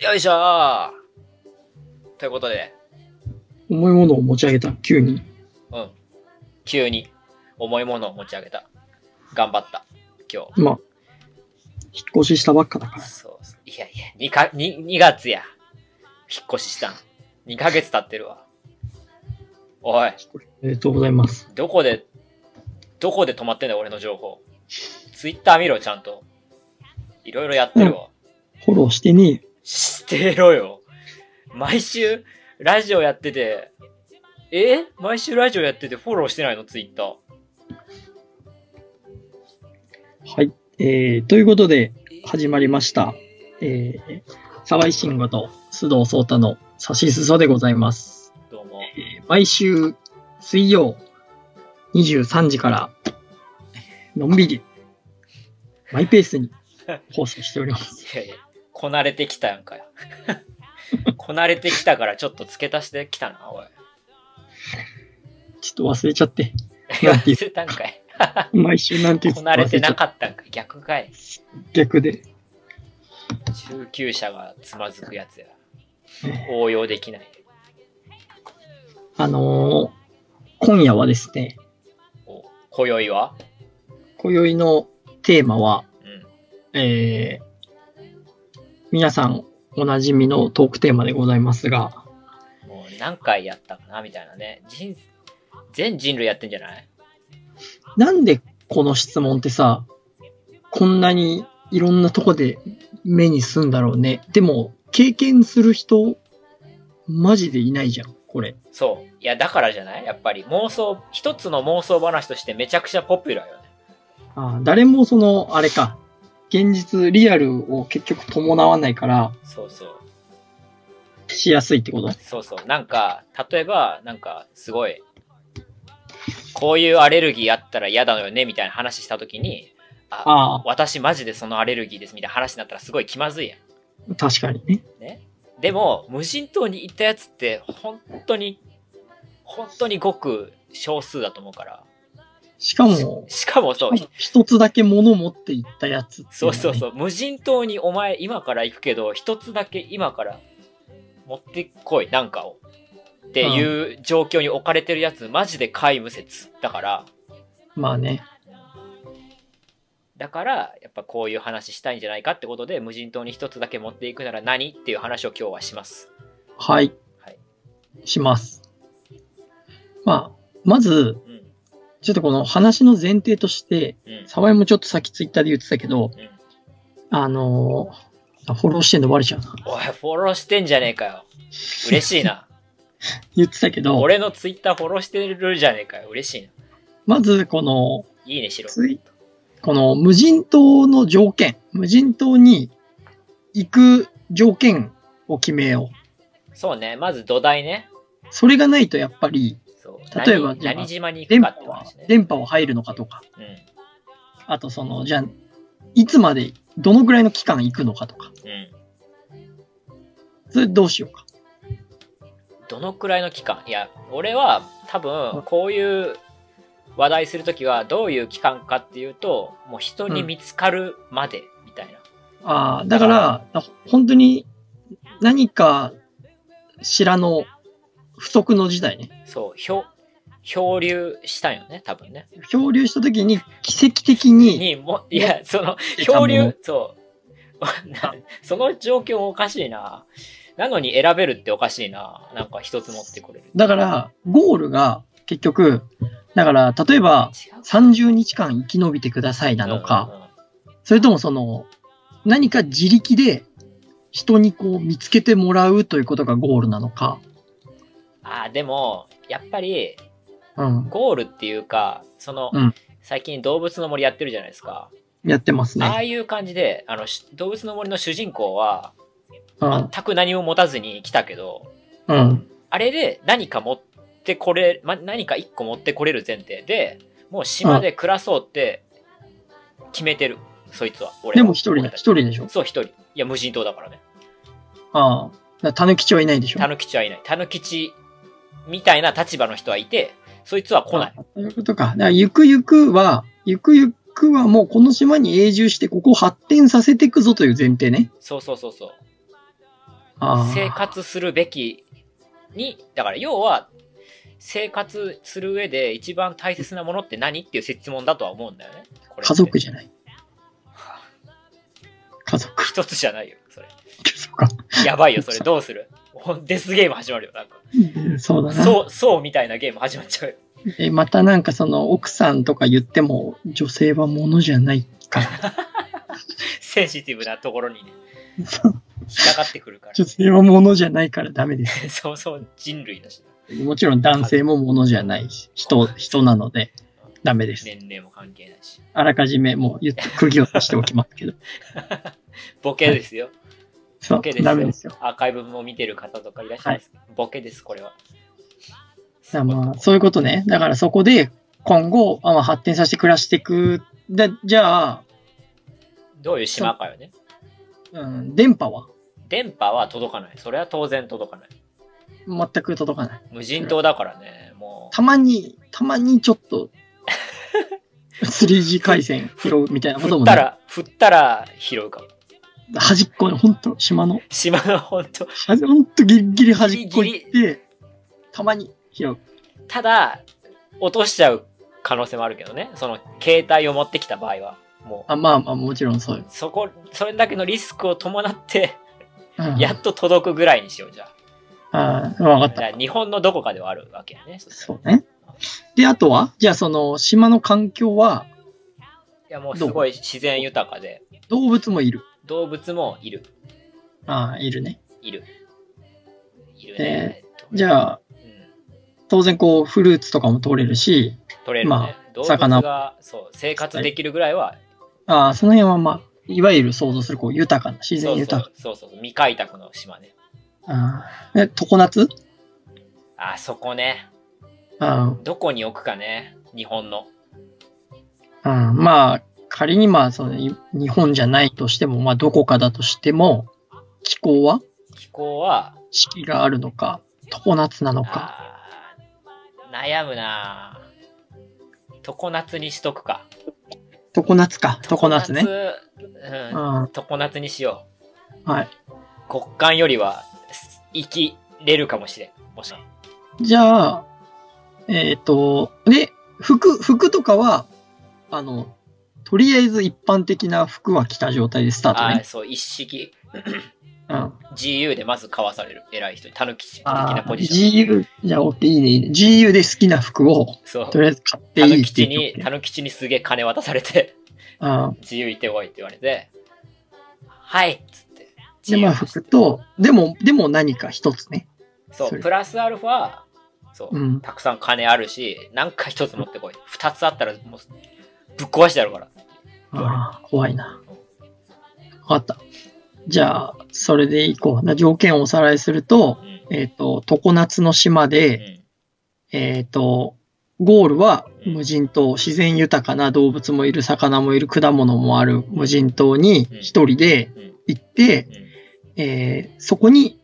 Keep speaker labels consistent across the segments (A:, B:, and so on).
A: よいしょーということで、
B: 重いものを持ち上げた、急に。
A: うん。急に重いものを持ち上げた。頑張った。今日。
B: まあ、引っ越ししたばっかだから。
A: そうそう。いやいや、2か、二二月や。引っ越ししたん。2ヶ月経ってるわ。おい、
B: おめでとうございます。
A: どこで、どこで止まってんだよ、俺の情報。ツイッター見ろ、ちゃんと。いろいろやってるわ。
B: フォローしてねえよ。
A: してろよ。毎週、ラジオやってて、え毎週ラジオやっててフォローしてないのツイッター。
B: はい。えー、ということで、始まりました。えー、沢井慎吾と須藤聡太の差し裾でございます。
A: どうも。
B: えー毎週水曜23時から、のんびり、マイペースに放送しております。
A: いやいや、こなれてきたやんかよ。 こなれてきたからちょっと付け足してきたな、おい。
B: ちょっと忘れちゃって、
A: 言わせたんかい。
B: 毎週なんて言っ
A: こ
B: て
A: なれてな
B: た
A: かったんかい。逆かい。
B: 逆で。
A: 中級者がつまずくやつや。応用できない。
B: あのー今夜はですね、
A: お今宵は
B: 今宵のテーマは、
A: うん。
B: えー皆さんおなじみのトークテーマでございますが、
A: もう何回やったかな、みたいなね。人全人類やってんじゃない
B: なんでこの質問ってさ、こんなにいろんなとこで目にすんだろうね。でも、経験する人、マジでいないじゃん、これ。
A: そう。いや、だからじゃないやっぱり妄想、一つの妄想話としてめちゃくちゃポピュラーよね。
B: あー誰もその、あれか、現実、リアルを結局伴わないから、
A: そうそう。
B: しやすいってこと
A: そうそう。なんか、例えば、なんか、すごい、こういうアレルギーあったら嫌だよね、みたいな話したときに、あ、
B: あ
A: 私マジでそのアレルギーです、みたいな話になったらすごい気まずいやん。
B: あ、確かにね。
A: ね。でも、無人島に行ったやつって、本当に、本当にごく少数だと思うから。
B: しかも、
A: しかもそう、
B: 一つだけ物持っていったやつっていのはね、
A: そうそうそう、無人島にお前今から行くけど、一つだけ今から持ってこい、なんかを。っていう状況に置かれてるやつ、マジで皆無説。だから、
B: まあね。
A: だから、やっぱこういう話したいんじゃないかってことで、無人島に一つだけ持っていくなら何っていう話を今日はします。
B: はい。
A: はい
B: します。まあ、まず、
A: うん。
B: ちょっとこの話の前提として、
A: うん。
B: 沢井もちょっとさっきツイッターで言ってたけど、
A: うん
B: あのーあフォローしてんのバレちゃうな。
A: おい、フォローしてんじゃねえかよ。嬉しいな。
B: 言ってたけど、
A: 俺のツイッターフォローしてるじゃねえかよ。嬉しいな。
B: まずこの、
A: いいねしろ。
B: ツイこの無人島の条件、無人島に行く条件を決めよう。
A: そうね、まず土台ね。
B: それがないとやっぱり、
A: そう
B: 例えば
A: 何
B: じゃあ
A: 何島に行
B: 電
A: くかって
B: 波は
A: 話ね、。
B: 電波は入るのかとか、
A: うん。
B: あとその、じゃあ、いつまで、どのぐらいの期間行くのかとか、
A: うん、
B: それどうしようか。
A: どのくらいの期間いや俺は多分こういう話題するときはどういう期間かっていうともう人に見つかるまでみたいな、
B: ああ、だから、本当に何かしらの不足の時代ね。
A: そう漂漂流したんよね多分ね
B: 漂流した時に奇跡的に、
A: にもいやその
B: 出たも
A: 漂
B: の
A: 流そう なその状況もおかしいななのに選べるっておかしいななんか一つ持ってこれる
B: だから、ゴールが結局、だから、例えば
A: 違う
B: 30日間生き延びてくださいなのか、それともその、何か自力で人にこう見つけてもらうということがゴールなのか、
A: うんうんあーでもやっぱり
B: うん、
A: ゴールっていうかその、
B: うん
A: 最近動物の森やってるじゃないですか、
B: やってます
A: あ
B: ね。
A: あいう感じであのし動物の森の主人公は
B: うん
A: 全く何も持たずに来たけど
B: うん。
A: あれで何か持ってこれ、ま、何か一個持ってこれる前提でもう島で暮らそうって決めてる、そいつは俺
B: で
A: は
B: も一人だ、
A: 俺
B: 一
A: たち
B: 人でしょ。
A: そう一人いや無人島だからね
B: ああ。だたぬきちはいないでしょ。
A: タヌキチはいないタヌキチみたいな立場の人はいてそいつは来ない
B: あそういうことか。だからゆくゆくは、ゆくゆくはもうこの島に永住して、ここを発展させていくぞという前提ね。
A: そうそうそうそう
B: あ
A: 生
B: あ。
A: 活するべきに、だから要は、生活する上で一番大切なものって何っていう質問だとは思うんだよね。これって
B: 家族じゃない。家族。
A: 一つじゃないよ、それ。
B: そうか。
A: やばいよ、それ。どうするほんデスゲーム始まるよ、なんか。
B: うん そうだな。
A: そう、そうみたいなゲーム始まっちゃうよ。
B: え、またなんかその奥さんとか言っても女性はものじゃないから。
A: センシティブなところにね、引っかかってくるから。
B: 女性はものじゃないからダメです。
A: そうそう、人類だし、
B: もちろん男性もものじゃないし、人、人なのでダメです。
A: 年齢も関係ないし。
B: あらかじめもう言って釘を刺しておきま すけど。
A: ボケですよ。
B: そ
A: ボ
B: う
A: ケです、よ
B: ダメですよ。
A: アーカイブも見てる方とかいらっしゃいます。ボケです、これは。
B: だからまあ、そういうことね。だからそこで今後、あまあ発展させて暮らしていく。だじゃあ、
A: どういう島かよね。
B: うん、電波は
A: 電波は届かない。それは当然届かない。
B: 全く届かない。
A: 無人島だからね、もう
B: た。まに、たまにちょ っと、3G 回線拾うみたいなこと
A: 振
B: も
A: っ
B: ね
A: たら、振ったら拾うかも。
B: 端っこの、ほんと、島の、
A: 島の本当
B: ほんとギリギリ端っこ行って、
A: ギ
B: たまに拾う。
A: ただ、落としちゃう可能性もあるけどね。その、携帯を持ってきた場合は。もう、
B: あ、まあまあ、もちろんそうよ。
A: そこ、それだけのリスクを伴って、
B: うん、
A: やっと届くぐらいにしよう、じゃあ。
B: あーわか
A: だ
B: っ
A: か
B: た。
A: ら日本のどこかではあるわけやね。そしたら
B: そうね。で、あとは、じゃあその、島の環境は、
A: いや、もうすごい自然豊かで、
B: 動物もいる。
A: 動物もいる。
B: ああ、いるね。
A: いる。いるね。
B: じ
A: あ、
B: ゃあ、
A: うん、
B: 当然こう、フルーツとかも取れるし、
A: 取れるね。
B: ま
A: 動物
B: 魚
A: がそう生活できるぐらいは、
B: ああ、その辺はまあ、いわゆる想像するこう、豊かな、自
A: そ
B: 然
A: うそ
B: 豊
A: う
B: か。
A: そうそう未開拓の島ね。
B: ああえ常夏
A: あそこね。
B: あ
A: どこに置くかね。日本の。
B: あ、うんまあ、仮にまあ、その、い日本じゃないとしても、まあ、どこかだとしても、気候は
A: 気候は、
B: 四季があるのか、常夏なのか。
A: あー悩むな常夏にしとくか。
B: 常夏か、常夏ね。う。
A: うんん。
B: は
A: 常夏にしよ。
B: いう
A: 極寒よりは、生きれるかもしれん。もし。。
B: じゃあ、えっ、と、で、服、服とかは、あの、とりあえず一般的な服は着た状態でスタート
A: ああ、
B: ね。
A: そう、一式。
B: うん。
A: GU でまず買わされる偉い人たぬき的
B: あ
A: な
B: あ
A: ポジション
B: GU、じゃあ、OK いいね、いいね。GU で好きな服を、
A: そう
B: とりあえず買って
A: た
B: い
A: ぬ
B: い
A: き
B: って
A: ち
B: 言っ
A: に
B: て
A: たぬきちにすげえ金渡されて
B: うん。
A: GU 行ってこいって言われてはいっつって
B: で、まあ、服と、でも、でも何か一つね。
A: そ
B: そうれ
A: プラスアルファそう、
B: うん。
A: たくさん金あるし何か一つ持ってこい二つあったらもうぶっ壊してやるから
B: ああ、怖いな。わかった。じゃあ、それでいこう。な条件をおさらいすると
A: う、ん、
B: えっ、と、常夏の島
A: う
B: で、
A: ん、
B: えっ、と、ゴールは無人島、自然豊かな動物もいる、魚もいる、果物もある無人島に
A: うん
B: 一人で
A: うん
B: 行って、
A: うん
B: えーそこに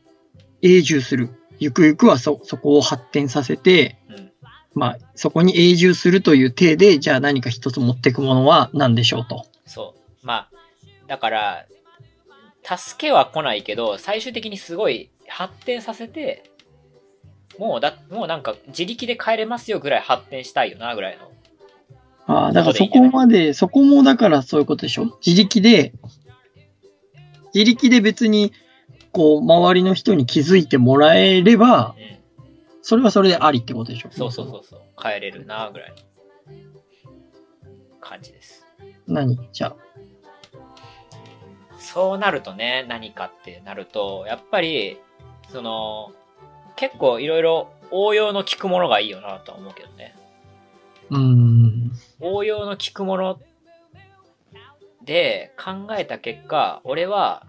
B: 永住する。ゆくゆくはそ、そこを発展させて、
A: うん
B: まあ、そこに永住するという体で、じゃあ何か一つ持っていくものは何でしょうと。
A: そうまあだから助けは来ないけど最終的にすごい発展させてもうだもうなんか自力で帰れますよぐらい発展したいよなぐらいの
B: ああ、だから
A: そ
B: そ
A: こでいいんじゃな
B: こ
A: い
B: まで、そこもだからそういうことでしょ自力で、自力で別に、こう、周りの人に気づいてもらえれば、
A: うん
B: それはそれでありってことでしょ
A: そうそうそうそう帰れるなぐらいの感じです
B: 何じゃ
A: そうなるとね何かってなるとやっぱりその結構いろいろ応用の効くものがいいよなとは思うけどね
B: あ。うーん。
A: 応用の効くもので考えた結果俺は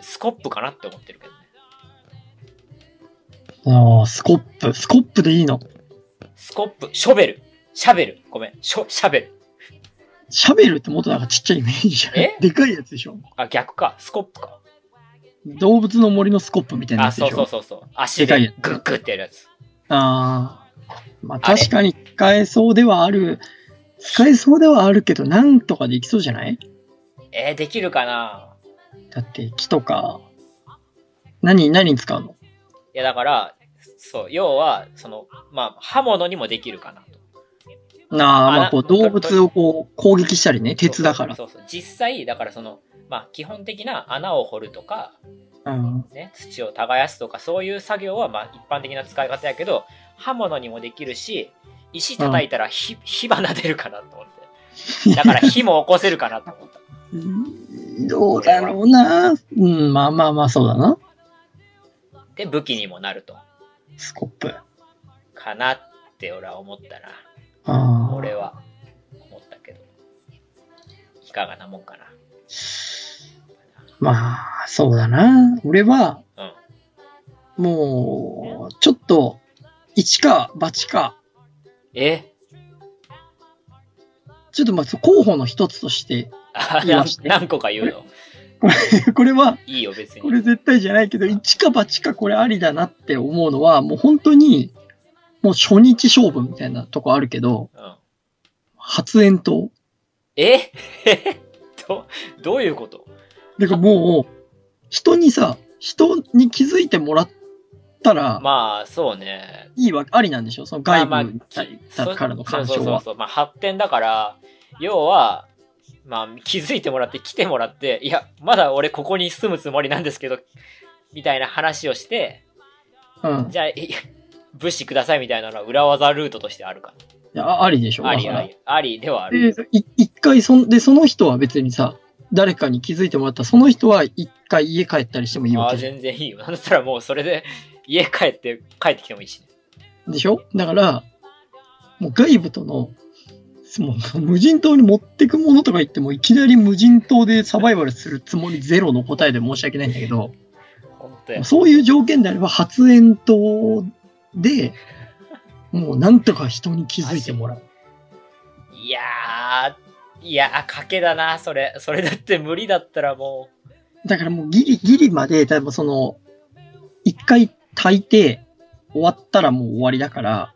A: スコップかなって思ってるけどね
B: ああ、スコップ。スコップでいいの。
A: スコップショベルシャベルごめんショシャベル
B: シャベルってもっとなんかちっちゃいイメージじゃん
A: え。
B: でかいやつでしょ
A: あ逆かスコップか
B: 動物の森のスコップみたいなや
A: あ
B: つで
A: そう
B: しょ
A: そうそうそう足
B: でかい
A: で
B: やつ
A: グッグッってやるやつ
B: あーまあ、
A: あれ
B: 確かに使えそうではある、使えそうではあるけど、なんとかできそうじゃない
A: えーできるかな
B: だって木とか、何、何に使うの
A: いやだからそう要はそのまあ刃物にもできるかなと
B: なあ、まあ、
A: あ
B: こう、
A: と
B: 動物をこう、攻撃したりね、鉄だから。
A: そうそうそう実際だからそのまあ基本的な穴を掘るとか
B: うん。
A: ね、土を耕すとかそういう作業はまあ一般的な使い方やけど刃物にもできるし石叩いたら火,、 火花出るかなと思ってだ から火も起こせるかなと思った
B: どうだろうな。うん、まあまあまあ、そうだな。
A: で武器にもなると
B: スコップ。
A: かなって俺は思ったな
B: ああ。
A: 俺は思ったけどいかがなもんか
B: まあ、そうだな。俺は、
A: なうん
B: もう、ちょっと、一か、八か、
A: え
B: ちょっとまあ、そう候補の一つとして、
A: あ
B: 言わ
A: 何
B: して
A: 何個か言う の
B: これは、
A: いいよ別に
B: これ絶対じゃないけど、一か八かこれありだなって思うのは、もう本当に、もう初日勝負みたいなとこあるけど、
A: うん、
B: 発煙筒。
A: え どどういうこと
B: だからもう、人にさ、人に気づいてもらったら、
A: まあそうね
B: いいわけ、ありなんでしょその外部に対
A: き
B: だからの干
A: そうそ
B: 渉
A: うそう
B: は。
A: そう、まあ、発展だから要は、まあ、気づいてもらって来てもらっていやまだ俺ここに住むつもりなんですけどみたいな話をして
B: うん。い
A: じゃあい物資くださいみたいなのは裏技ルートとしてあるか
B: やありでしょ
A: あり
B: だから
A: ありありではあ
B: で
A: る、、
B: い一回そん、で、その人は別にさ、誰かに気づいてもらったら、その人は一回家帰ったりしてもいいわ
A: あ
B: け
A: あ
B: じゃ
A: 全然いいよなんだったらもうそれで家帰って帰ってきてもいいしね
B: ん。でしょだから、もう外部との、もう無人島に持ってくものとか言っても、いきなり無人島でサバイバルするつもりゼロの答えで申し訳ないんだけど、
A: 本当や
B: そういう条件であれば、発煙筒で、もうなんとか人に気づいてもらう。
A: いやーいやー賭けだなそれそれだって無理だったらも
B: だからもうギリギリまで、例えばその、一回炊いて終わったらもう終わりだから、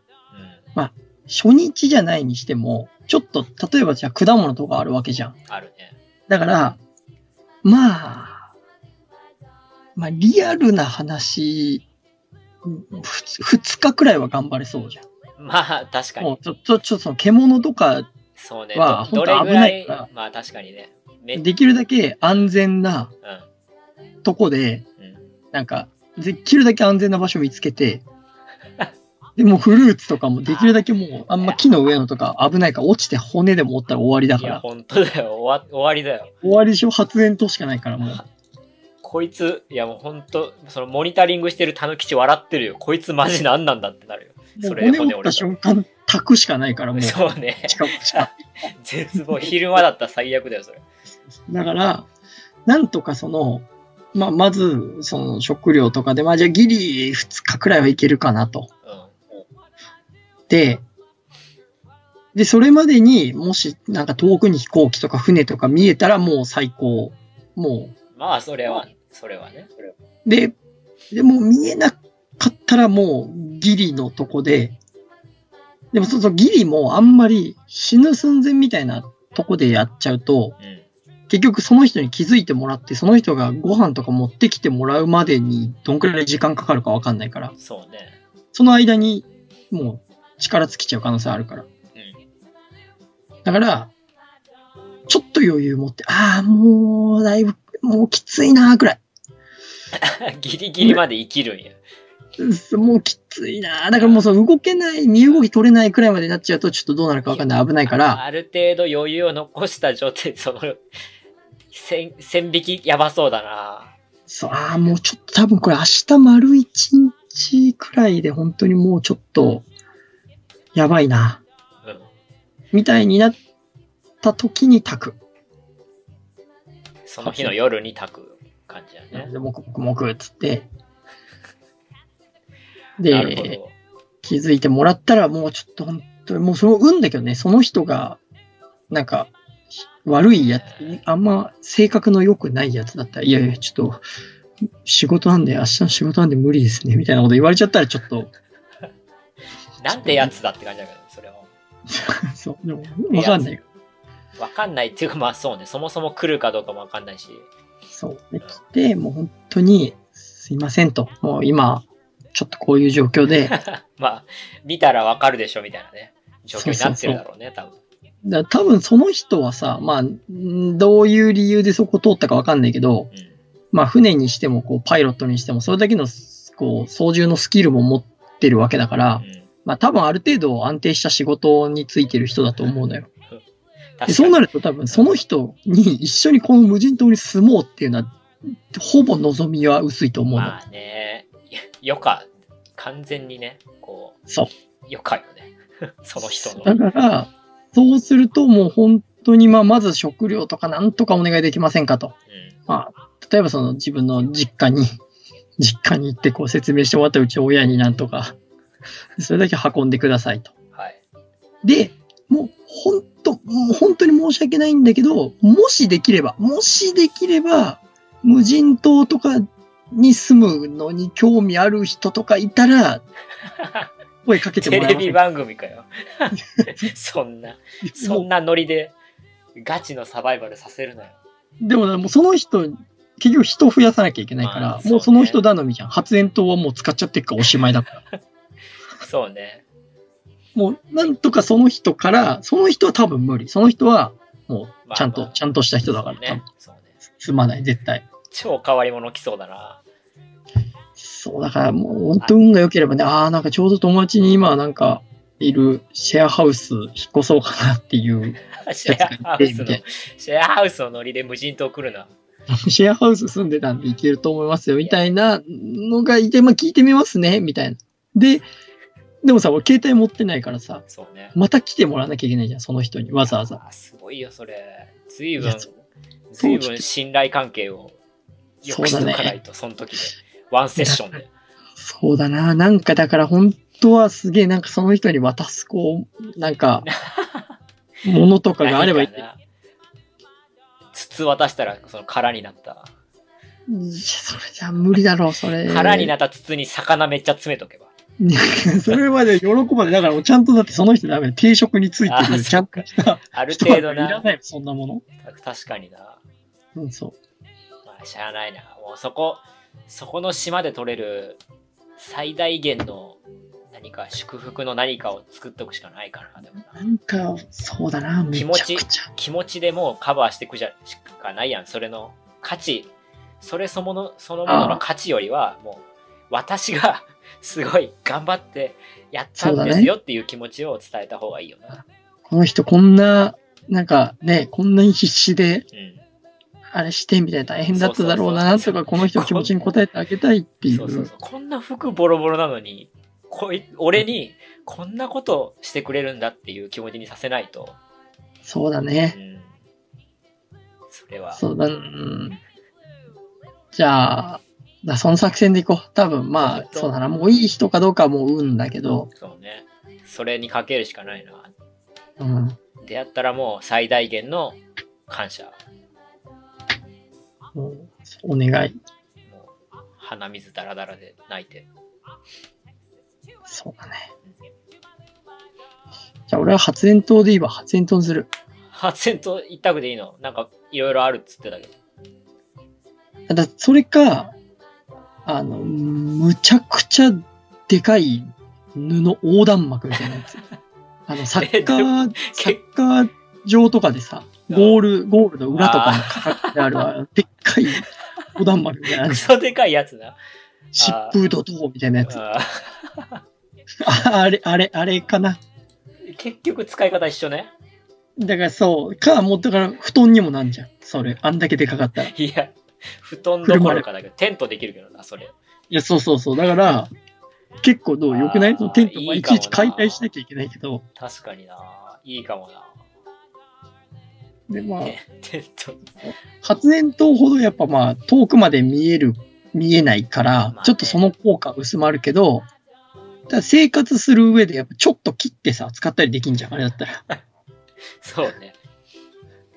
A: う、う
B: 初日じゃないにしても、ちょっと、例えばじゃあ果物とかあるわけじゃん。
A: ん、あるね
B: だから、まあ、まあリアルな話、ふつ二日くらいは頑張れそうじゃ
A: まあ確か
B: ん。
A: に
B: もうちょっと、ちょっとその獣とか、
A: そうね、
B: は
A: どどれ
B: 本当
A: ぐら
B: 危ない
A: い
B: から、
A: まあ確かにね。め
B: できるだけ安全な
A: う
B: とこで、
A: んうん、
B: なんか、できるだけ安全な場所見つ けて、でもうフルーツとかもできるだけもう、あんま木の上のとか危ないから落ちて骨でも折ったら終わりだ
A: い
B: か
A: や、
B: ら。
A: 本当だよ終わ。終わりだよ。
B: 終わりでしょ発煙筒しかないからもう。
A: こいつ、いやもう本当、そのモニタリングしてるタヌキチ笑ってるよ。こいつマジなんなんだってなるよ。
B: も う
A: それ
B: 骨折
A: 骨折
B: った
A: れた
B: 瞬間、炊くしかないから、もう、近
A: そうね。
B: くしか。
A: 絶望。昼間だったら最悪だよ、それ。
B: だから、なんとかその、まあ、まず、その食料とかで、まあ、じゃあギリ2日くらいはいけるかなと。
A: う
B: で、で、それまでにもし、なんか遠くに飛行機とか船とか見えたらもう最高。も
A: ん。まあ、それは、それはね。
B: う。で、でも見えなかったらもうギリのとこで、でもそうそう、ギリもあんまり死ぬ寸前みたいなとこでやっちゃうと、
A: うん。
B: 結局その人に気づいてもらって、その人がご飯とか持ってきてもらうまでにどんくらい時間かかるかわかんないから、
A: そうね。
B: その間にもう力尽きちゃう可能性あるから。
A: うん。
B: だから、ちょっと余裕持って、ああ、もうだいぶ、もうきついなーくらい。
A: ギリギリまで生きるんや。
B: うんもうきついなー。だからもうその動けない、身動き取れないくらいまでになっちゃうと、ちょっとどうなるかわかんない。危ないから、
A: ある程度余裕を残した状態、その、線線引きやばそうだな。
B: そう、ああ、もうちょっと多分これ明日丸一日くらいで本当にもうちょっと、やばいな。
A: うん。
B: みたいになった時に炊く。
A: その日の夜に炊く感じだね。
B: で、もくもくもくっつって。
A: なるほ
B: で、
A: ど。
B: 気づいてもらったらもうちょっと本当に、もうその運だけどね、その人が、なんか、悪いやつ、あんま性格の良くないやつだったら、いやいや、ちょっと、仕事なんで、明日の仕事なんで無理ですね、みたいなこと言われちゃったらちょっと、
A: なんてやつだって感じだけど、それは。
B: そう、でもわかんないよ。
A: わかんないっていうか、まあそうね、そもそも来るかどうかもわかんないし。
B: そう。で、来て、もう本当に、すいませんと。もう今、ちょっとこういう状況で、
A: まあ、見たらわかるでしょみたいなね、状況になってるだろうね、多分。
B: だ多分その人はさ、まあ、んどういう理由でそこ通ったかわかんないけど、
A: うん。
B: まあ船にしても、こうパイロットにしても、それだけの、こう、操縦のスキルも持ってるわけだから、
A: うん
B: まあ多分ある程度安定した仕事についてる人だと思うのよ。
A: 確
B: でそうな
A: る
B: ると多分その人に一緒にこの無人島に住もうっていうのは、ほぼ望みは薄いと思うの。
A: まあね、よか、完全にね、こう、
B: そう
A: よかよね。 その人の。
B: だから、そうするともう本当にまあまず食料とかなんとかお願いできませんかと。
A: うん
B: まあ、例えばその自分の実家に、実家に行ってこう説明してもらったうち親になんとか、それだけ運んでくださいと。
A: はい。
B: で、もう本当、もう本当に申し訳ないんだけど、もしできれば、もしできれば、無人島とかに住むのに興味ある人とかいたら、声かけて
A: テ
B: もらえ
A: レ
B: ま
A: ビ
B: せんか
A: 番組か よ。そんな、そんなノリで、ガチのサバイバルさせるなよ。
B: でもね、もうその人、結局人を増やさなきゃいけないから、
A: まあそうね
B: もうその人頼みじゃん。発煙筒はもう使っちゃってっからおしま いだから。
A: そうね。
B: もうなんとかその人から、その人は多分無理。その人はも
A: ま
B: う
A: あ
B: ちゃんと、
A: まあ
B: ちゃんとした人だから、
A: そうね。そうね
B: すまない、絶対。
A: 超変わり者来そうだな。
B: そう、だからもう本当運が良ければね、ああ、なんかちょうど友達に今なんかいるシェアハウス引っ越そうかなっ ていう、
A: シェアハウスの、シェアハウスのノリで無人島来るな。
B: シェアハウス住んでたんで行けると思いますよ、みたいなのがいて、まあ聞いてみますね、みたいな。で、でもさ、俺携帯持ってないからさ、
A: そうね。
B: また来てもらわなきゃいけないじゃん、その人に、わざわざ。
A: あすごいよ、それ。ずい
B: い
A: ぶん
B: やそ、
A: ずいぶん信頼関係を良くしとかないと、その時で。ワンセッションで。
B: そうだな、なんかだから本当はすげえ、なんかその人に渡す、こう、なん か、ものとかがあればいい
A: 何。かな筒渡したら、その空になった。
B: いやそれじゃ無理だろう、それ。
A: 空になった筒に魚めっちゃ詰めとけば。
B: いや それまで喜ばない。だからもうちゃんとだってその人ダメだ。定職につい
A: あ
B: てる。ちゃんとした
A: ある
B: 人は
A: 程度
B: いら
A: な。
B: ないよ、そんなもの。
A: 確かにな。
B: うん、そ
A: まあ、しゃあないな。もうそこ、そこの島で取れる最大限の何か祝福の何かを作っとくしかないかな。でもな
B: う。なんか、そうだな、めち
A: 気
B: ゃ
A: 持
B: く
A: ち
B: ちゃ。
A: 気持ちでもうカバーしていくじゃしかないやん。それの価値、それそものそのものの価値よりは、もう私が すごい頑張ってやったんですよっていう気持ちを伝えた方がいいよな。
B: この人こんな、なんかね、こんなに必死で、
A: うん。
B: あれしてみたいな大変だっただろうな、
A: そ
B: な
A: うんそうそう
B: とかこの人の気持ちに応えてあげたいってい
A: そうそう
B: う
A: そ。うこんな服ボロボロなのにこい俺にこんなことしてくれるんだっていう気持ちにさせないと、
B: そうだ
A: う
B: ね。
A: ん、それは
B: そうだ、うん。じゃあ、だその作戦でいこう。多分、まあ、そうだな。もういい人かどうかはもう運だけど、
A: そうねそれにかけるしかないな
B: うん。
A: 出会ったらもう最大限の感謝
B: もうお願い。
A: もう鼻水ダラダラで泣いて
B: そうだね。じゃあ俺は発煙筒でいいわ。発煙筒にする。
A: 発煙と一択でいいのなんかいろいろあるっつってたけど
B: ただ、それか、あの、むちゃくちゃでかい布横断幕みたいなやつ。あの、サッカー、サッカー場とかでさ、ゴール、ゴールの裏とかにかかってあるわ。でっかい横断幕みたいな
A: ク
B: やつ。
A: ソでかいやつな
B: 疾風怒涛みたいなやつ。あ
A: あ
B: あれ、あれ、あれかな。
A: ー結局使い方一緒ね
B: だからそう、か、もうだから布団にもなんじゃん。それ、あんだけでかかったら。
A: いや布団どころかだけどテントできるけどなそれ
B: いや、そうそうそう。だから、結構ど
A: あ
B: う
A: ー
B: よくないそのテント
A: いい
B: もい
A: かも
B: ち
A: ない
B: ち解体しなきゃいけないけど、
A: 確かにないいかもな
B: で、まあ、
A: ねテント
B: 発煙筒ほどやっぱまあ、遠くまで見える、見えないから、
A: まあね
B: ちょっとその効果薄まるけど、ただ生活する上でやっぱちょっと切ってさ、使ったりできんじゃん、あれだったら。
A: そうね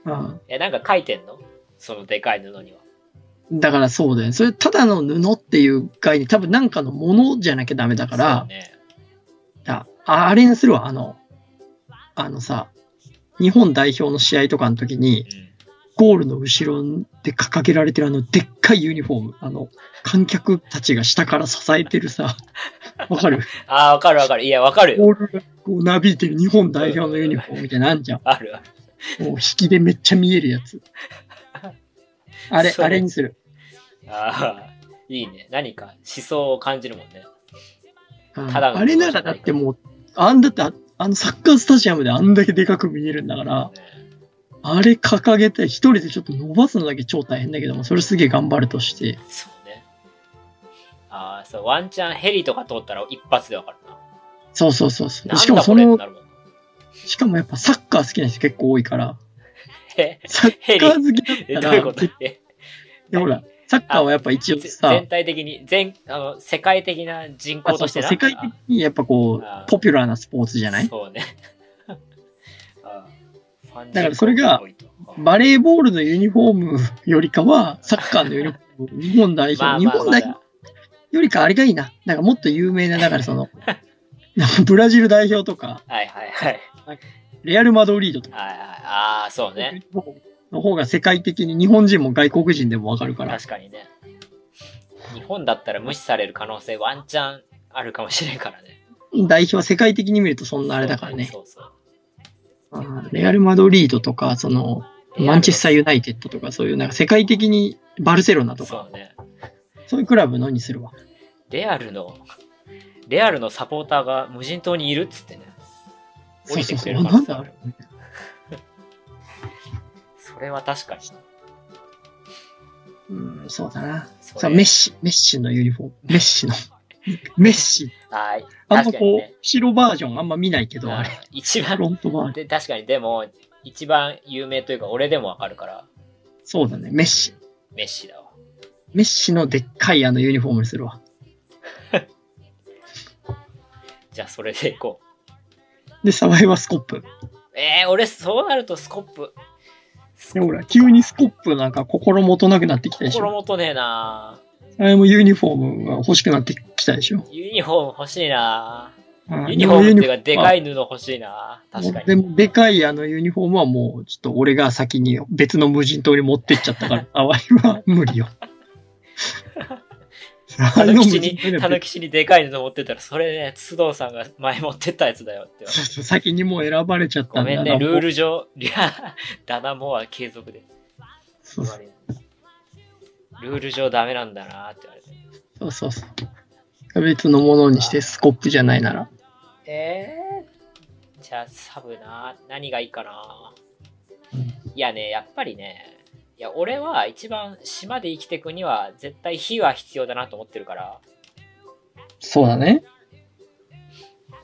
B: うん。
A: えなんか書いてんのそのでかい布には
B: だからそうだよね。それただの布っていう概念、多分なんかのものじゃなきゃダメだから、
A: そうね
B: ああれにするわ、あの、あのさ、日本代表の試合とかの時に、
A: うん
B: ゴールの後ろで掲げられてるあのでっかいユニフォーム、あの、観客たちが下から支えてる さ、わかる
A: ああ、わかるわかる。いや、わかるよ。
B: ゴールがこうなびいてる日本代表のユニフォームみたいなのあんじゃん。
A: あるある。
B: もう引きでめっちゃ見えるやつ。あれ、
A: そう
B: あれにする。
A: ああ、いいね。何か思想を感じるもんね。
B: うん
A: ただの
B: あれならだってもう、あんだってあ、あのサッカースタジアムであんだけでかく見えるんだから、あれ掲げて一人でちょっと伸ばすのだけ超大変だけども、それすげえ頑張るとして、
A: そうね。ああ、そう、ワンチャンヘリとか通ったら一発でわかるな。
B: そうそうそうそ
A: な
B: う。し
A: ん
B: かも
A: だ
B: そ
A: これって
B: の
A: な、るもん。
B: しかもやっぱサッカー好きな人結構多いから、
A: え、
B: サッ
A: ヘリ
B: カー好き
A: え
B: だっ
A: ど
B: た
A: ういう
B: ら、
A: こと
B: い
A: え
B: やほら、サッカーはやっぱ一応
A: ぜ
B: さ
A: 全、体的に、全、あの、世界的な人口
B: あそ
A: と
B: う
A: して
B: そ
A: な
B: う世界的にやっぱこ
A: あ
B: う、ポピュラーなスポーツじゃない
A: そうね。 ああファン人口
B: だからそれが
A: 多いと
B: バレーボールのユニフォームよりかは、サッカーのユニフォーム、日本代
A: まあ
B: 表、日
A: まあ
B: 本
A: ま
B: 代
A: だ
B: 表よりかあれがいいな。なんかもっと有名な、だから その、なんかブラジル代表とか、
A: はいはいはい。
B: レアル・マドリードとか、
A: はいはいああ、そうね。
B: の方が世界的に日本人も外国人でもわかるから、
A: 確かにね。日本だったら無視される可能性ワンチャンあるかもしれんからね。
B: 代表は世界的に見るとそんなあれだからね。
A: そうそう。
B: うんレアル・マドリードとか、その、マンチェスター・ユナイテッドとか、そういう、なんか世界的にバルセロナとか、
A: そうね。
B: そういうクラブのにするわ。
A: レアルの、レアルのサポーターが無人島にいるっつってね。降
B: そう
A: りて
B: そう
A: く
B: そ
A: れ
B: う。
A: る可
B: な
A: 能
B: ん
A: 性
B: だ
A: あ
B: あ
A: る
B: れ。
A: それは確かに。
B: うん、そうだな。
A: そ
B: さ
A: れ
B: メッシ、メッシのユニフ ォーム。メッシの。メッシ。
A: はい。
B: あ
A: 確か
B: んま
A: に
B: こ
A: ね
B: う、白バージョンあんま見ないけど、あれ。
A: 一
B: フロ
A: 番
B: ントバージョン。
A: で、確かにでも、一番有名というか、俺でもわかるから、
B: そうだね、メッシ。
A: メッシだわ。
B: メッシのでっかいあのユニフォームにするわ。
A: じゃあ、それでいこう。
B: で、サバイはスコップ。
A: えー、俺、そうなるとスコップ。ス
B: で、ほら、急にス
A: ッ
B: コップなんか心もとなくなってきた
A: プ
B: でし
A: 心
B: ょ。
A: もとねえな
B: あれもユニフォームが欲しくなってきたでしょ。
A: ユニフォーム欲しいな
B: うん
A: ユニフォームっていうか、
B: で
A: で
B: も
A: か
B: ユ
A: い布欲しいな確
B: ニフォーム
A: か
B: はで
A: に。
B: も、でかいあのユニフォームはもう、ちょっと俺が先に別の無人島に持ってっちゃっ たから、あわいは無理よ。あ
A: た
B: の
A: ぬ
B: 無
A: きし
B: 人島
A: に、
B: に
A: た
B: は
A: ぬきしにでかい布持ってったら、それね、須藤さんが前持ってったやつだよって言われて。
B: そうそう先にもう選ばれちゃった
A: ご
B: んだ
A: めん
B: な
A: ね、ルール上、 リア、ダナモは継続で。
B: そうそう
A: ルール上ダメなんだなって言われて。
B: そうそうそう。別のものにして、スコップじゃないなら。
A: えー、じゃあサブな、何がいいかな
B: うん。
A: いやね、やっぱりね、いや俺は一番島で生きてくには絶対火は必要だなと思ってるから、
B: そうだね。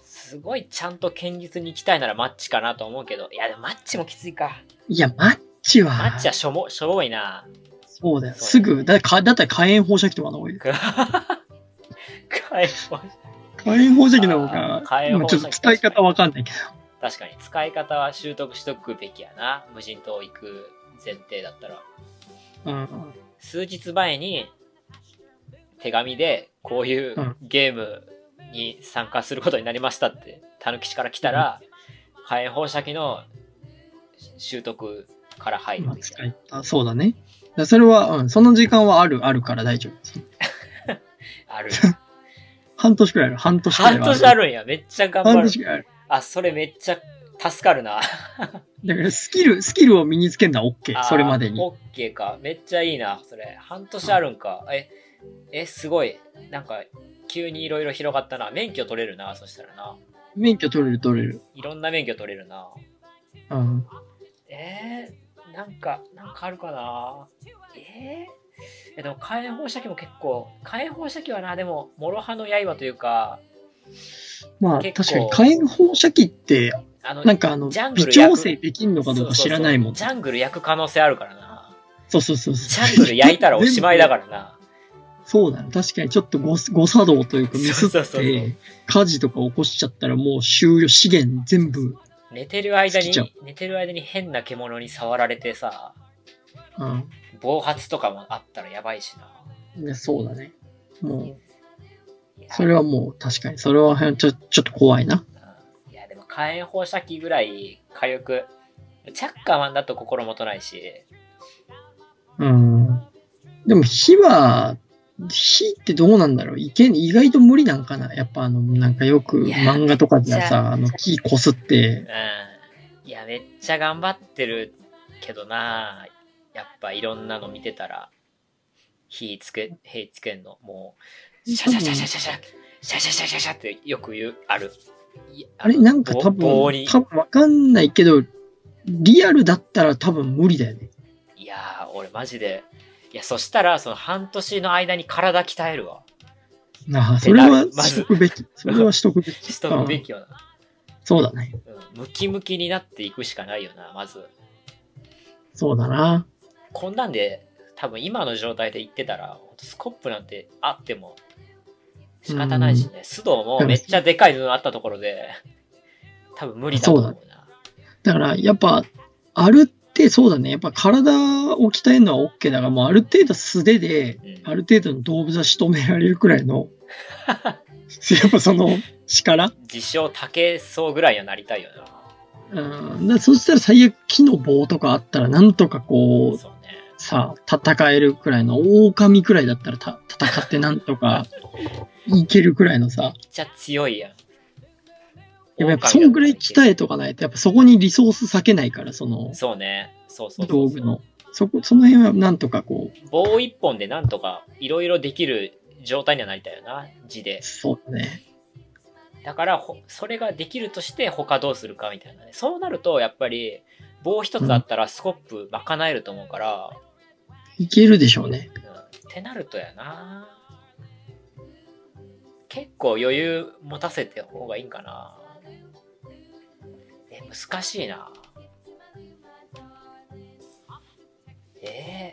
A: すごいちゃんと堅実に行きたいならマッチかなと思うけど、いやでもマッチもきついか。
B: いや、マッチは。
A: マッチはしょぼしょぼい な。
B: そうだよ。
A: そ
B: す
A: うだよ
B: ぐ、だかだったら火炎放射器とかの方がいい。
A: 解放
B: 火炎放射器の方
A: あ
B: が
A: ー火、炎
B: 今
A: 放
B: ち
A: 射
B: ょ
A: 器
B: っと伝え方わかんないけど。
A: 確かに使い方は習得しとくべきやな無人島行く前提だったら
B: うん、
A: 数日前に手紙でこういううんゲームに参加することになりましたってたぬき氏から来たら火炎放射器の習得から入る
B: まあ、
A: みた
B: 使
A: い
B: い方。そうだね。だからそれは、うん、その時間はある、あるから大丈夫です。
A: なある
B: 半年くらいある、半年くらい
A: 半
B: はある。
A: 年あるんやめっちゃ頑張
B: 半
A: る
B: 年くらいある。
A: あそれめっちゃ助かるな
B: だから、スキル、スキルを身につけるのは OK。それまでに。
A: オッケー OK か。めっちゃいいな、それ。半年あるんか。え、え、すごい。なんか、急にいろいろ広がったな。免許取れるな、そしたらな。
B: 免許取れる、取れる。
A: いろんな免許取れるな。
B: うん。
A: えー、なんか、なんかあるかな。えー、え、でも火炎放射器も結構、火炎放射器はな、でも、諸刃の刃というか、
B: まあ、確
A: 結
B: か
A: 構
B: に火炎放射器って、
A: あの、
B: なんかあの、
A: ジャン
B: 微
A: グル焼く
B: 調整できんのかどうか知らないもん。
A: そうそうそうジャングル焼く可能性あるからな。
B: そうそうそう
A: ジ
B: そう。
A: ャングル焼いたらおしまいだ
B: ら。
A: から な。
B: そうだね。確かにちょっと誤誤作動というかミスっ
A: そうそうそうそう
B: て、火事とか起こしちゃったらもう終了、資源全部、
A: 寝てる間
B: 尽きちゃう
A: に、寝てる間に変な獣に触られてさ、
B: うん
A: 暴発とかもあったらやばいしな。
B: ね。そうだね。もう、
A: いや
B: それはもう確かに、それはちょちょっと怖いな。
A: うんいや、でも火炎放射器ぐらい火力、チャッカマンだと心もとないし、
B: うん。でも火は、火ってどうなんだろういけん意外と無理なんかなやっぱあの、なんかよく
A: いや
B: 漫画とかでは
A: じゃ
B: さ、あの、火こすって、
A: うん。いや、めっちゃ頑張ってるけどなやっぱいろんなの見てたら、火つけ、火つけんの、もう、シャシャシャシャシャシャ、シャシャシャシャシャってよく言う、ある。い
B: あれなんか
A: ぼ
B: 多
A: 棒
B: 分
A: に、
B: 多分わかんないけど、リアルだったら多分無理だよね。
A: いやー、俺マジで。いや、そしたら、その半年の間に体鍛えるわ。
B: ああ、それは
A: ま
B: し
A: ず
B: とく べき。それはしとくべき。
A: しとくべきよな。
B: そうだね。
A: うん、ムキムキになっていくしかないよな、まず。
B: そうだな。
A: こんなんで、多分今の状態で行ってたら、ほんとスコップなんてあっても仕方ないしね。須藤もめっちゃでかいのあったところで、多分無理だと思うな。
B: だから、やっぱ、あるってそうだね。やっぱ体を鍛えるのは OK だが、もうある程度素手で、
A: うん
B: ある程度の動物は仕留められるくらい の、やっぱその力、
A: 自称竹そうぐらいにはなりたいよな。
B: うん、だそしたら最悪木の棒とかあったら、なんとかこう、
A: そうね。
B: さ、戦えるくらいの、狼くらいだったらた戦ってなんと かいけるくらいのさ、
A: めっちゃ強いやん。
B: でもやっぱそんぐらい鍛えとかないと、やっぱそこにリソース避けないから、その
A: そうね。そうそうそう
B: 道
A: そう
B: 具の。そこ、その辺はなんとかこう、
A: 棒一本でなんとかいろいろできる状態にはなりたいよな字で
B: そうだね。
A: だからほそれができるとして他どうするかみたいなねそうなるとやっぱり棒一つあったらスコップ賄えると思うから、
B: いけるでしょうね。
A: うんってなるとやな結構余裕持たせて方がいいんかなえ難しいなえー、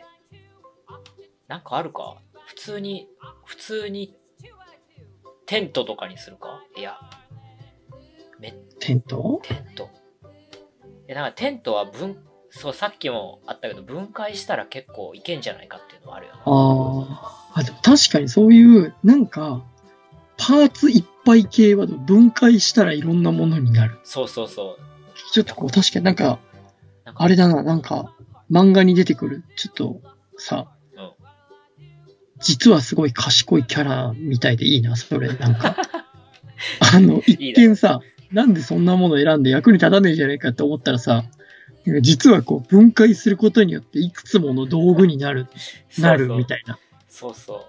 A: なんかあるか普通に普通にテントとかにするかいや
B: テント
A: テントえなんかテントは分そうさっきもあったけど分解したら結構いけんじゃないかっていうのはあるよな
B: ああ。あ、でも確かにそういう、なんか、パーツいっぱい系は分解したらいろんなものになる。
A: そうそうそう
B: ちょっとこう、確かになんか、
A: なんか
B: あれだな、なんか、漫画に出てくる、ちょっと、さ、
A: うん
B: 実はすごい賢いキャラみたいでいいな、そ れ、なんか。あの、一見さ、なんでそんなもの選んで役に立たねえじゃないかって思ったらさ、実はこう分解することによっていくつもの道具になる、なるみたいな。
A: そうそう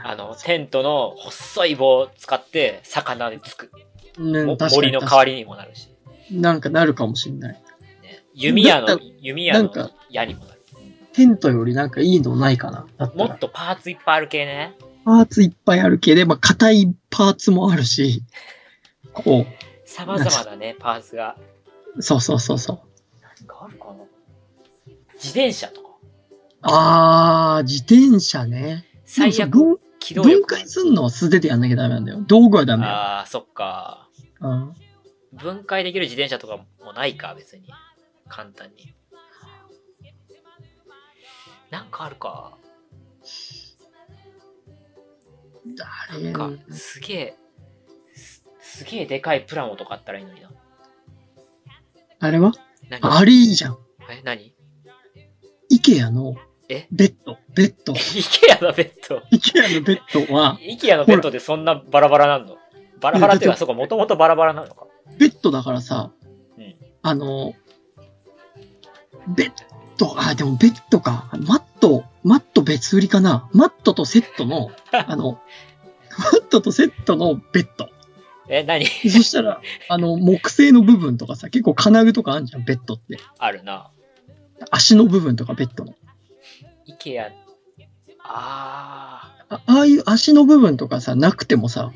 A: あのテントの細い棒を使って魚につく
B: ね
A: も
B: 確か
A: 森
B: に
A: の代わりにもなるし、
B: なんかなるかもしれない。
A: ね、弓矢
B: だ
A: の
B: った
A: 弓矢の
B: なんか
A: 矢にもなる
B: テントよりなんかいいのないかな。だった
A: も
B: ら
A: っとパーツいっぱいある系ね
B: パーツいっぱいあるければ、硬いパーツもあるし、こう、
A: さまざまなねパーツが
B: そうそうそうそう。
A: なんかあるかな自転車とか
B: あー、自転車ね。
A: 最
B: でも
A: 悪
B: そ
A: 機
B: の
A: 動
B: 分分
A: 力
B: 解すんのは素手でやんなきゃダメなんだよ。道具はダメよ。
A: ああそっか
B: うん、
A: 分解できる自転車とかもないか別に簡単になんかあるか
B: あ
A: な
B: れ
A: んかすげえすすげえでかいプラモとかあったらいいのにな
B: あれは
A: 何
B: あれいいじゃん。
A: え何
B: IKEA の
A: え
B: ベッド。ベッド。
A: IKEA のベッド
B: IKEA のベッドは、
A: IKEA のベッドでそんなバラバラなんのバラバラっていう
B: い
A: か
B: やだって
A: そうかもともとバラバラなのか
B: ベッドだからさ、
A: うん
B: あの、ベッド、あ、でもベッドか。マット、マット別売りかな。マットとセッ トの、あの、マットとセットのベッド。
A: え何
B: そしたら、あの、木製の部分とかさ、結構金具とかあるじゃん、ベッドって。
A: あるな
B: 足の部分とかベッドの。
A: IKEA あー
B: あああいう足の部分とかさ、なくてもさ、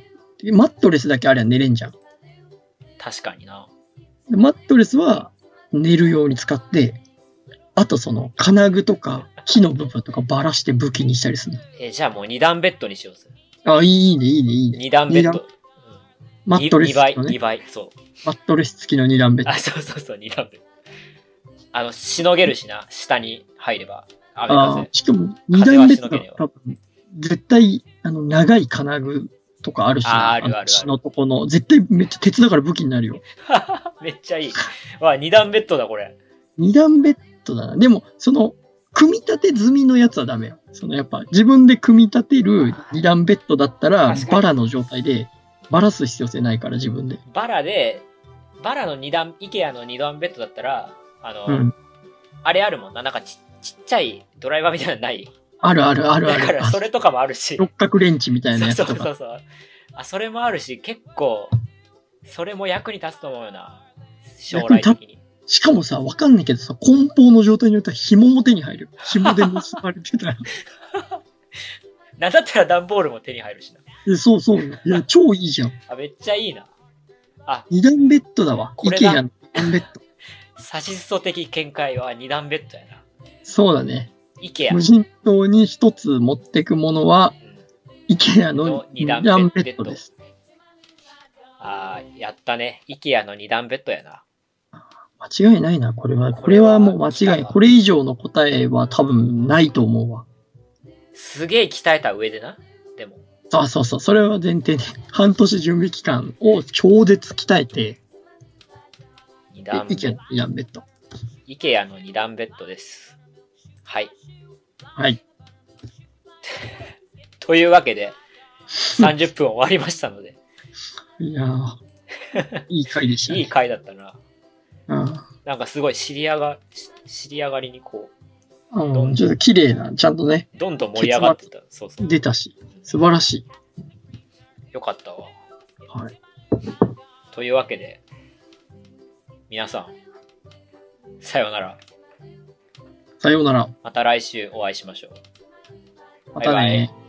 B: マットレスだけあれば寝れんじゃん。
A: 確かにな
B: でマットレスは寝るように使って、あとその金具とか木の部分とかばらして武器にしたりする
A: えじゃあもう2段ベッドにしようぜ
B: の。あ、いいね、いいね、いいね。
A: 2段ベッ
B: 二
A: ド、うん
B: マットレス
A: 2倍、
B: 付きの
A: 2
B: ね。
A: 倍、そう。
B: マットレス付きの二段ベッド
A: あ、。そうそうそう、2段目。あの、しのげるしな、下に入れば。雨風
B: ー。しかも二段ベッドだから多分、絶対、あの、長い金具とかあるし、
A: あーあるあるある
B: の血のとこの、絶対めっちゃ鉄だから武器になるよ。
A: めっちゃいい。わ、2段ベッドだ、これ。
B: 二段ベットだな。でも、その、組み立て済みのやつはダメよ。そのやっぱ自分で組み立てる二段ベッドだったら
A: 確かに
B: バラの状態でバラす必要性ないから自分で。
A: バラで、バラの二段、IKEA の二段ベッドだったら、あの、
B: うん。
A: あれあるもんな、なんかちちっちゃいドライバーみたいなのない。
B: あるあるある
A: だ
B: あ
A: か
B: る。
A: らそれとかもあるし。
B: 六角レンチみたいなや
A: そ
B: つ
A: うそ
B: と
A: うそ
B: か。
A: うそう。あ、それもあるし、結構、それも役に立つと思うよな。将来的に。
B: しかもさ、わかんないけどさ、梱包の状態によっては紐も手に入る。紐で結ばれ てたら。
A: なんだったら段ボールも手に入るしな。
B: えそうそう。いや、超いいじゃん。
A: あ、めっちゃいいな。
B: 二段ベッドだわ。
A: これだ
B: IKEA の二段ベッド。
A: サシスト的見解は二段ベッドやな。
B: そうだね。
A: IKEA
B: 無人島に一つ持ってくものは
A: うん。
B: IKEA の二段ベッドです。
A: ああ、やったね。IKEA の二段ベッドやな。
B: 間違いないな、これは。
A: これは
B: これはもう間違いない。
A: 来たわ
B: これ以上の答えは多分ないと思うわ。
A: すげえ鍛えた上でな。でも。
B: そうそうそう、それは前提で、 半年準備期間を超絶鍛えて、
A: 二
B: で
A: 段ベッ
B: IKEA
A: ド
B: の。二段ベッド。
A: IKEA の二段ベッドです。はい。
B: はい。
A: というわけで、30分終わりましたので、
B: いや ーいい回でしたね。
A: いい回だったな。
B: うん
A: なんかすごい知り上が、し知り上がりにこ
B: うん。ちょっと綺麗な、ちゃんとね、
A: う、どんどん盛り上がってた。そうそう。
B: 出たし、素晴らし
A: よかったわ。
B: い。はい。
A: というわけで、皆さん、さようなら。
B: さようなら。
A: また来週お会いしましょう。
B: またね
A: バイバイ